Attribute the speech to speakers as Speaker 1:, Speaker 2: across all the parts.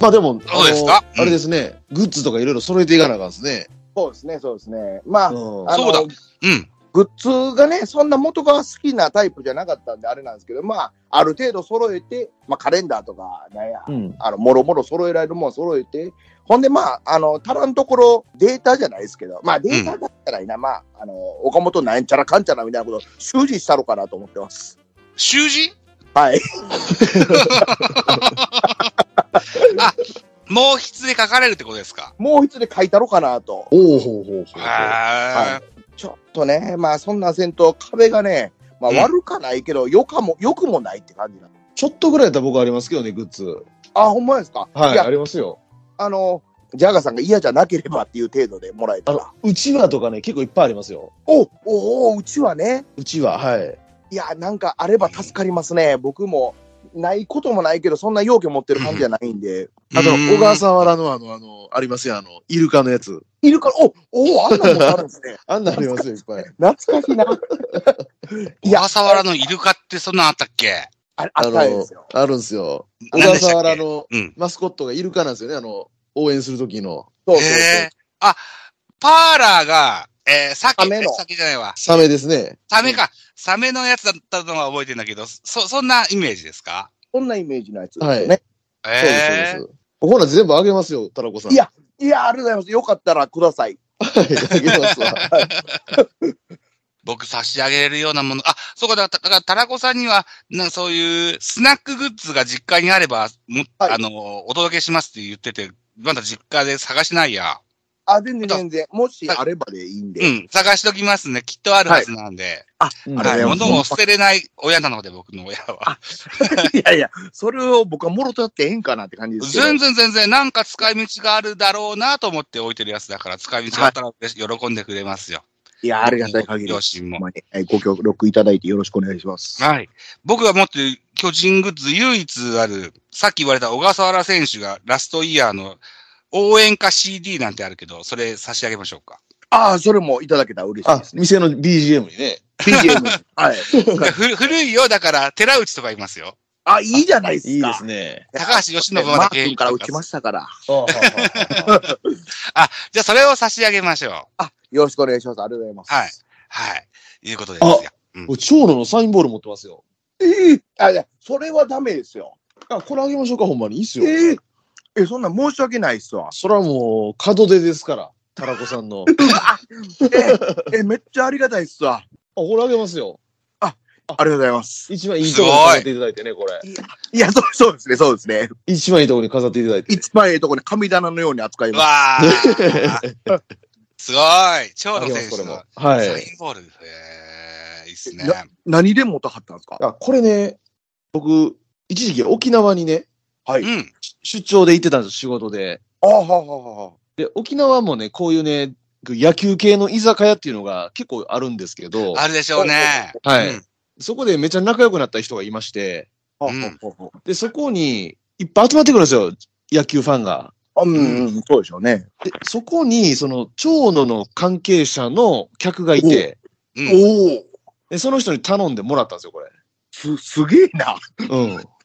Speaker 1: まあでも、あの
Speaker 2: そうですかうん
Speaker 1: あれですね、グッズとかいろいろ揃えていかなあかんですね。
Speaker 3: そうですね、そうですね。まあ、
Speaker 1: うん
Speaker 3: あの
Speaker 2: そうだうん。
Speaker 3: グッズがね、そんな元が好きなタイプじゃなかったんで、あれなんですけど、まあ、ある程度揃えて、まあ、カレンダーとか、なんや、
Speaker 1: うん。
Speaker 3: あの、もろもろ揃えられるもん揃えて、ほんで、まあ、あの、足らんところ、データじゃないですけど、まあ、データだったらいいな、まあ、あの、岡本なんちゃらかんちゃらみたいなこと、習字したのかなと思ってます。
Speaker 2: 習字
Speaker 3: はい。
Speaker 2: 毛筆で書かれるってことですか
Speaker 3: もう一で書いたのかなと。
Speaker 1: おおほうほうほうほう。
Speaker 2: は
Speaker 3: ちょっとね、まあ、そんな戦闘、壁がね、まあ、
Speaker 2: うん
Speaker 3: 悪かないけど、良かも、良くもないって感じなの。
Speaker 1: ちょっとぐらいだったら僕ありますけどね、グッズ。
Speaker 3: あ、ほんまですか
Speaker 1: はい、
Speaker 3: や
Speaker 1: ありますよ。
Speaker 3: あの、ジャガさんが嫌じゃなければっていう程度でもらえた
Speaker 1: あの
Speaker 3: ら。、
Speaker 1: うちわとかね、結構いっぱいありますよ。
Speaker 3: おおおうちはね。
Speaker 1: うちわ、はい。
Speaker 3: いや、なんかあれば助かりますね。僕も、ないこともないけど、そんな容器持ってる感じじゃないんで。
Speaker 2: い。
Speaker 1: あと、
Speaker 2: うん
Speaker 1: 小笠原のあの、あの、ありますよ、あの、イルカのやつ。
Speaker 3: いるから、おおおあんなもんあるんですね。
Speaker 1: あんなありますよ、いっぱい。
Speaker 3: 懐かしいな。い
Speaker 2: 小
Speaker 3: や、
Speaker 2: 笠原のイルカってそんなんあったっけ
Speaker 3: あ れ、あ
Speaker 1: あ
Speaker 3: ったんで
Speaker 1: の
Speaker 3: すよ。、
Speaker 1: あるんですよ。小
Speaker 2: 何でしたっけ
Speaker 1: 笠原の
Speaker 2: うん
Speaker 1: マスコットがイルカなんですよね、あの、応援するときの。
Speaker 3: そうそ
Speaker 2: へ
Speaker 3: う
Speaker 2: え。あ、パーラーが、えー、サ
Speaker 3: サ
Speaker 2: ケ、
Speaker 3: メの
Speaker 2: サケじゃないわ。
Speaker 1: サメですね。
Speaker 2: サメか。サメのやつだったのは覚えてんだけど、そ、そんなイメージですか
Speaker 3: そう。そんなイメージのやつですよね。
Speaker 1: そうです、そう
Speaker 2: え
Speaker 1: です。ほら、全部あげますよ、タラコさん。
Speaker 3: いやい、や、ありがとうございます。よかったらください。
Speaker 1: はい、あげます わ。
Speaker 2: 僕差し上げれるようなもの。あ、そうか、だから、だからタラコさんには、なそういうスナックグッズが実家にあれば、も
Speaker 3: はい
Speaker 2: あの、お届けしますって言ってて、まだ実家で探しないや。
Speaker 3: あ、全然全然。もしあればでいいんで。
Speaker 2: うん、探しときますね。きっとあるはずなんで。
Speaker 1: うん
Speaker 3: ありがとうございます
Speaker 2: 物を捨てれない親なので、僕の親は。
Speaker 3: いやいや、それを僕はもろとやってええんかなって感じですけど。
Speaker 2: 全然全然、なんか使い道があるだろうなと思って置いてるやつだから、使い道があったら喜んでくれますよ。
Speaker 3: いや、ありがたい限り
Speaker 2: 両。親も
Speaker 3: ほん。まにえーご協力いただいてよろしくお願いします。
Speaker 2: はい。僕が持ってる巨人グッズ唯一ある、さっき言われた小笠原選手がラストイヤーの応援歌 CD なんてあるけど、それ差し上げましょうか。
Speaker 3: ああ、それもいただけたら嬉しい
Speaker 1: あ
Speaker 3: で、すね。
Speaker 1: 店の BGM にね。
Speaker 3: BGM。はい。
Speaker 2: ふ古いよ、だから寺内とかいますよ。
Speaker 3: あ、いいじゃないですか。
Speaker 1: いいですね。
Speaker 2: 高橋由伸
Speaker 3: マ
Speaker 2: まだ
Speaker 3: ー君から打ちましたから。
Speaker 2: じゃあそれを差し上げましょう。
Speaker 3: あ、よろしくお願いします。ありがとうございます。
Speaker 2: はい。はい。いうことですよ。
Speaker 1: 俺、長野のサインボール持ってますよ。
Speaker 3: ええあ、いや、それはダメですよ。
Speaker 1: あ、これあげましょうか、ほんまに。いいっす
Speaker 3: え
Speaker 1: よ。
Speaker 3: ええ、そんな申し訳ないっす わ。
Speaker 1: そらもう、門出ですから、タラコさん の。あ、
Speaker 3: えええ、めっちゃありがたいっすわ。
Speaker 1: これあげますよ。
Speaker 3: ありがとうございます。
Speaker 1: 一番いいとこに飾っていただいてね、これ。
Speaker 3: いや、そうそうですね、そうですね。
Speaker 1: 一番いいとこに飾っていただ いて。
Speaker 3: 一番ええとこに神棚のように扱います。
Speaker 2: わあ。 すごい。長
Speaker 1: あ
Speaker 2: 野
Speaker 1: げます、
Speaker 2: 選
Speaker 1: こ
Speaker 2: 手
Speaker 1: れ
Speaker 2: の
Speaker 1: も。は
Speaker 2: サイ
Speaker 1: い。
Speaker 2: ンボール。えー、いいっすね
Speaker 3: い。や何でもとはったんですか
Speaker 1: あ、これね、僕、一時期沖縄にね、
Speaker 3: はい。
Speaker 2: うん。
Speaker 1: 出張で行ってたんですよ、仕事で。
Speaker 3: あはははは。
Speaker 1: で、沖縄もね、こういうね、野球系の居酒屋っていうのが結構あるんですけど、
Speaker 2: あるでしょうね。
Speaker 1: はい、
Speaker 2: うん
Speaker 1: そこでめちゃ仲良くなった人がいまして、
Speaker 3: あ
Speaker 2: うん
Speaker 1: で、そこにいっぱい集まってくるんですよ、野球ファンが。
Speaker 3: うん、うん、そうでしょうね。
Speaker 1: で、そこに、その、長野の関係者の客がいて、
Speaker 2: うん
Speaker 3: おお、
Speaker 1: で、その人に頼んでもらったんですよ、これ。
Speaker 3: す、すげえな。
Speaker 1: うん。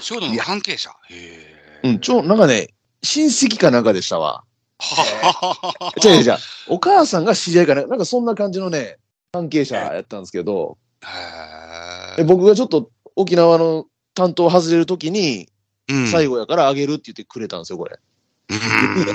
Speaker 2: 長野の関係者。へ
Speaker 1: う
Speaker 2: え。
Speaker 1: ん、ちょ、なんかね、親戚かなんかでしたわ。
Speaker 2: はあ
Speaker 1: 違う違う違う。お母さんが知り合いかな、なんかそんな感じのね、関係者やったんですけど、
Speaker 2: へ
Speaker 1: で
Speaker 2: え
Speaker 1: 僕がちょっと沖縄の担当を外れるときに、
Speaker 2: うん
Speaker 1: 最後やからあげるって言ってくれたんですよ、これ。
Speaker 2: うー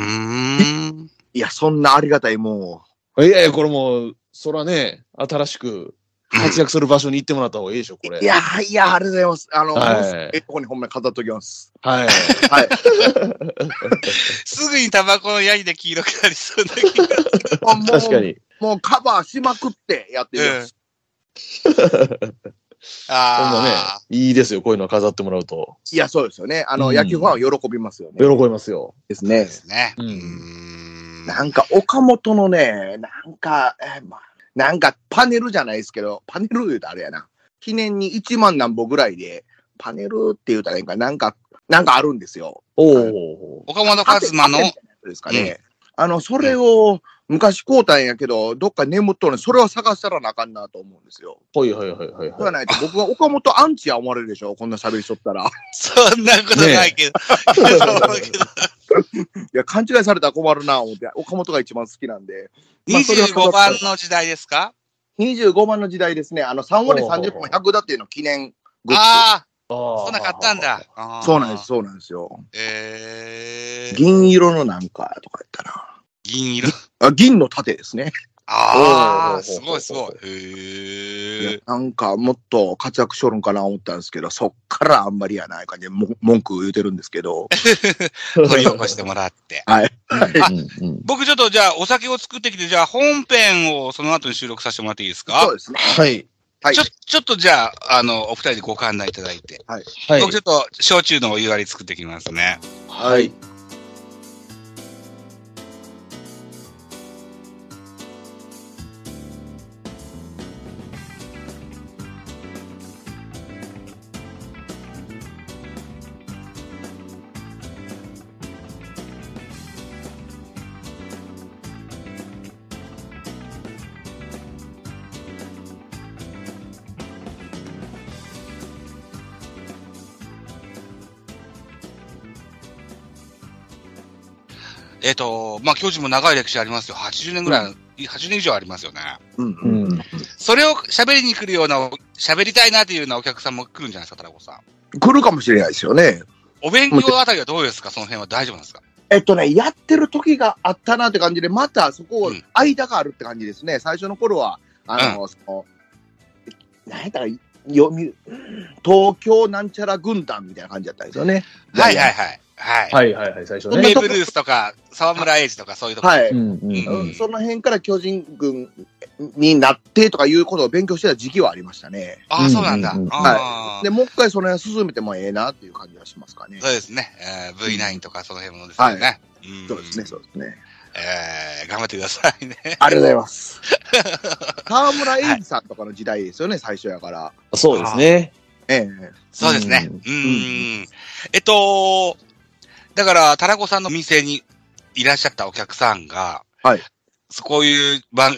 Speaker 2: ん
Speaker 3: いや、そんなありがたいもんを。
Speaker 1: いやいや、これもう、そらね、新しく活躍する場所に行ってもらった方がいいでしょ、これ。
Speaker 3: いや、いや、ありがとうございます。あの、
Speaker 1: はい
Speaker 3: え、ここにほんまに飾っときます。
Speaker 1: はい。
Speaker 3: はい。
Speaker 2: すぐにタバコのヤギで黄色くなりそうな気が。
Speaker 3: あもう
Speaker 1: 確か。に。
Speaker 3: もうカバーしまくってやってるやつ。
Speaker 1: 今度ね
Speaker 2: ああ。、
Speaker 1: いいですよ、こういうの飾ってもらうと。
Speaker 3: いや、そうですよね。あの、
Speaker 1: うん
Speaker 3: 野球ファンは喜びますよ
Speaker 1: 喜
Speaker 3: ね。
Speaker 1: びますよ。
Speaker 3: ですね
Speaker 2: で。すね。う
Speaker 1: う
Speaker 2: ー
Speaker 1: ん
Speaker 2: ん。
Speaker 3: なんか、岡本のね、なんか、えーまあ、なんかパネルじゃないですけど、パネル言うとあれやな。記念に1万何歩ぐらいで、パネルって言うたらいいんか、なんか、なんかあるんですよ。
Speaker 1: お
Speaker 3: は
Speaker 1: お。
Speaker 2: 岡本和真の
Speaker 3: パテみたいなやつですかね。あの、それを、昔買うたんやけど、どっか眠っとるんでそれを探したらなあかんなと思うんですよ。
Speaker 1: はいはいはいはい
Speaker 3: そうじゃ
Speaker 1: は
Speaker 3: ないと、僕は岡本ア ンチや思われるでしょ、こんな喋りしとったら。
Speaker 2: そんなことないけど。いやそうだけど
Speaker 3: いや、勘違いされたら困るな、思って、岡本が一番好きなんで。まあそれは
Speaker 2: 25番の時代ですか
Speaker 3: 25番の時代ですね、あの、3割30分100だっていうの記念グッズ。
Speaker 2: ああ、
Speaker 1: そ
Speaker 2: そんな買ったん。だ。あー
Speaker 3: そうなんです、。そうなんですよ。
Speaker 2: えー、
Speaker 3: 銀色のなんかとか言ったな。
Speaker 2: 銀色。
Speaker 3: あ銀の盾ですね。
Speaker 1: おーおーおー
Speaker 2: あ
Speaker 1: お
Speaker 2: あ、
Speaker 1: ー
Speaker 2: すごいすごい。へ
Speaker 3: いや
Speaker 2: え。
Speaker 3: なんかもっと活躍しとるんかな思ったんですけど、そっからあんまりやない感じでも文句言うてるんですけど、
Speaker 2: 取り起こしてもらって。
Speaker 3: はい。
Speaker 2: あ
Speaker 1: うんうん
Speaker 2: 僕ちょっとじゃあお酒を作ってきて、じゃあ本編をその後に収録させてもらっていいですか
Speaker 3: そうですね。
Speaker 1: はい。
Speaker 3: はい
Speaker 2: ちょ、。ちょっとじゃあ、あの、お二人でご勘内いただいて。
Speaker 1: はい。
Speaker 2: 僕ちょっと焼酎のお湯割り作ってきますね。
Speaker 3: はい。
Speaker 2: えっ、と、まあ、教授も長い歴史ありますよ。80年ぐらい、80年以上ありますよね。
Speaker 3: うん
Speaker 1: う
Speaker 3: うん。
Speaker 1: ん。
Speaker 2: それを喋りに来るようなお、喋りたいなというようなお客さんも来るんじゃないですか、タラコさん。
Speaker 3: 来るかもしれないですよね。
Speaker 2: お勉強あたりはどうですかその辺は大丈夫なんですか
Speaker 3: えっとね、やってる時があったなって感じで、またそこ
Speaker 2: う
Speaker 3: を
Speaker 2: ん、
Speaker 3: 間があるって感じですね。最初の頃は、あの、その、なんやったら、読み、東京なんちゃら軍団みたいな感じだったんですよね。
Speaker 2: はいはいはい。はい。
Speaker 1: はいはいはい、最初
Speaker 2: ベ
Speaker 1: ね。
Speaker 2: ーブ・ルースとか、沢村栄治とかそういうとこ。
Speaker 3: はい。
Speaker 1: んう
Speaker 3: うんその辺から巨人軍になってとかいうことを勉強してた時期はありましたね。
Speaker 2: ああ、そうなんだ。
Speaker 1: うんうんうん
Speaker 2: ああ
Speaker 3: で、もう一回その辺進めてもええなっていう感じはしますかね。
Speaker 2: そうですね。えー V9 とかその辺ものですよね。ん
Speaker 3: そうですね、そうですね。
Speaker 2: えー頑張ってくださいね。
Speaker 3: ありがとうござい ます。河村英二さんとかの時代ですよね、最初やから。
Speaker 1: そうですね。
Speaker 3: ええ。
Speaker 2: そうですね。う
Speaker 1: うん
Speaker 2: ん。えっと、だから、タラコさんの店にいらっしゃったお客さんが、
Speaker 3: はい。
Speaker 2: こういう番、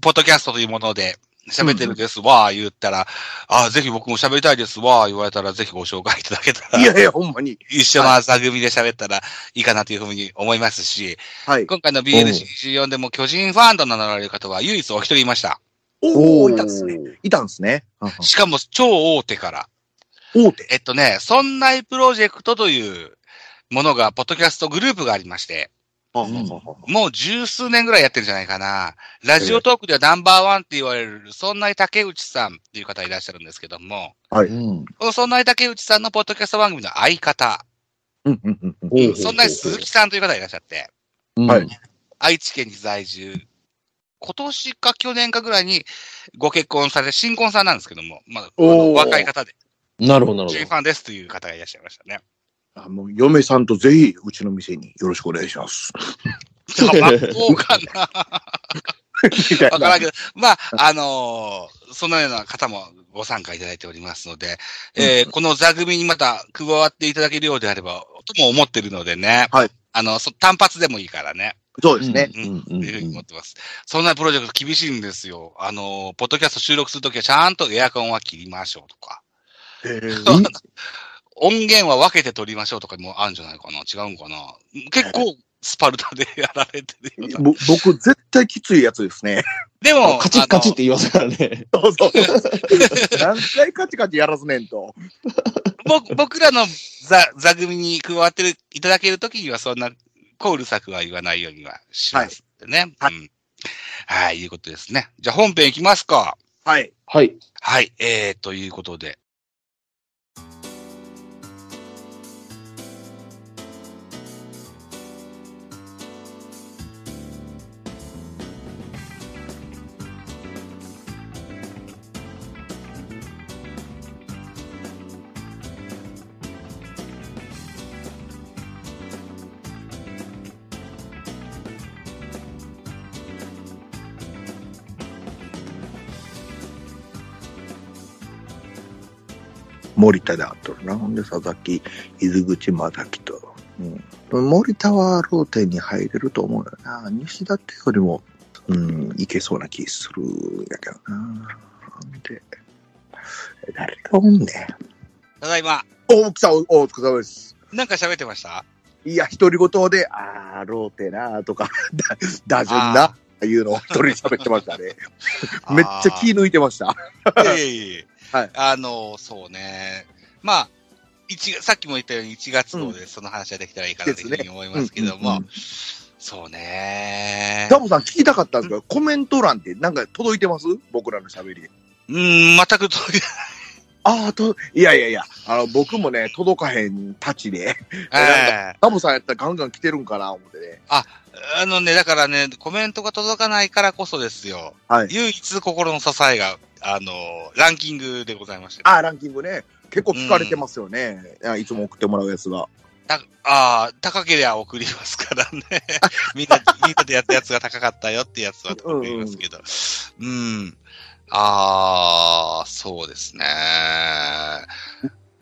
Speaker 2: ポッドキャストというもので、喋ってるですわ、言ったら、あぜひ僕も喋りたいですわ、言われたら、ぜひご紹介いただけたら、
Speaker 3: いやいや、ほんまに。
Speaker 2: 一緒の朝組で喋ったらいいかなというふうに思いますし、
Speaker 3: はい。
Speaker 2: 今回の BLC24 でも巨人ファンと名乗られる方は唯一お一人いました。
Speaker 3: おお、いたんすね。いたんすね。
Speaker 2: しかも超大手から。
Speaker 3: 大手。
Speaker 2: えっとね、そんないプロジェクトというものが、ポッドキャストグループがありまして、もう十数年ぐらいやってるんじゃないかな。ラジオトークではナンバーワンって言われる、そんない竹内さんっていう方いらっしゃるんですけども、
Speaker 1: うん。
Speaker 2: このそんない竹内さんのポッドキャスト番組の相方、
Speaker 3: うんうんうんうん。
Speaker 1: おう
Speaker 2: そんない鈴木さんという方がいらっしゃって、
Speaker 1: は
Speaker 3: はい
Speaker 1: い。
Speaker 2: 愛知県に在住。今年か去年かぐらいにご結婚され、新婚さんなんですけども、まあ、あの
Speaker 3: おー
Speaker 2: 若い方で、
Speaker 1: なるほど、なるほ
Speaker 2: ジェファンですという方がいらっしゃいましたね。
Speaker 3: あもう嫁さんとぜひ、うちの店によろしくお願いし ます。
Speaker 2: そうかな
Speaker 3: みたい
Speaker 2: わからん
Speaker 3: な
Speaker 2: けど、まあ、あのーそのような方もご参加いただいておりますので、えーこの座組にまた加わっていただけるようであれば、とも思ってるのでね。
Speaker 3: はい。
Speaker 2: あの、そ単発でもいいからね。
Speaker 3: そ
Speaker 1: ど。
Speaker 3: うですね。
Speaker 2: うん。
Speaker 1: うん
Speaker 2: というふうに思ってます。そんなプロジェクト厳しいんですよ。あのーポッドキャスト収録するときはちゃんとエアコンは切りましょうとか、
Speaker 3: ええ
Speaker 2: 音源は分けて取りましょうとかもあるんじゃないかな違うんかな結構、スパルタでやられてるような。
Speaker 3: ぼ僕、絶対きついやつですね。
Speaker 2: でも、
Speaker 1: カチッカチッっ
Speaker 2: あの
Speaker 1: て言いますからね。
Speaker 3: そう そう。何回カチカチやらすねんと。
Speaker 2: 僕僕らの座座組に加わってるいただけるときには、そんなコール作は言わないようにはしますんでね。は、
Speaker 3: はい
Speaker 2: うん。はい、いうことですね。じゃあ本編いきますか。
Speaker 3: はい。
Speaker 1: はい。
Speaker 2: はい、えー、ということで。
Speaker 3: 森田であっとるな。ほんで、佐々木、伊豆口、正木と。うん。森田はローテに入れると思うよな。西田ってよりも、うん、いけそうな気するんやけどな。ほんで、誰がおんねん。
Speaker 2: ただいま、
Speaker 3: お、来た、お、お疲れ様です。
Speaker 2: なんか喋ってました
Speaker 3: いや、独り言で、あー、ろうてなーとか、 だ、打順な、っていうのを一人喋ってましたね。 めっちゃ気抜いてました。
Speaker 2: いえいえいえ
Speaker 3: はい
Speaker 2: あの、そうね。まあ、一月さっきも言ったように1月号でその話ができたらいいかなというふうに思いますけど
Speaker 3: うんうん
Speaker 2: も
Speaker 3: うん、
Speaker 2: そうね。
Speaker 3: ダボさん聞きたかったんですけど、コメント欄ってなんか届いてます僕らの喋り。
Speaker 2: うん、全くと、
Speaker 3: ああ、と、いやいやいや、あの、僕もね、届かへんたちで、
Speaker 2: ええ
Speaker 3: ダボさんやったらガンガン来てるんかな、思ってね。
Speaker 2: あのね、だからね、コメントが届かないからこそですよ。
Speaker 3: はい
Speaker 2: 唯一心の支えが、あの、ランキングでございまして。
Speaker 3: ああ、ランキングね。結構聞かれてますよね。あいつも送ってもらうやつが。
Speaker 2: たああ、高ければ送りますからね。 みんな、みんなでやったやつが高かったよってやつは送りますけど。うん。ああ、そうですね。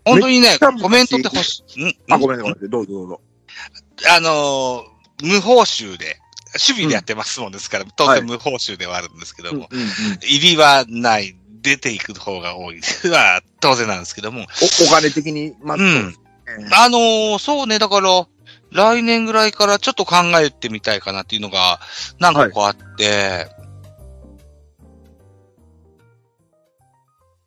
Speaker 2: 本当にね、
Speaker 3: めっちゃ
Speaker 2: コメントって欲しい。ん
Speaker 3: あ、ごめんなさい。どうぞどうぞ。
Speaker 2: あのー無報酬で、守備でやってますもんですから、当然無報酬ではあるんですけども、入りはない、出ていく方が多い は当然なんですけども、
Speaker 3: おお金的に、まあ、
Speaker 2: うん
Speaker 3: そうですね
Speaker 2: あのーそうね、だから、来年ぐらいからちょっと考えてみたいかなっていうのが何個かあって、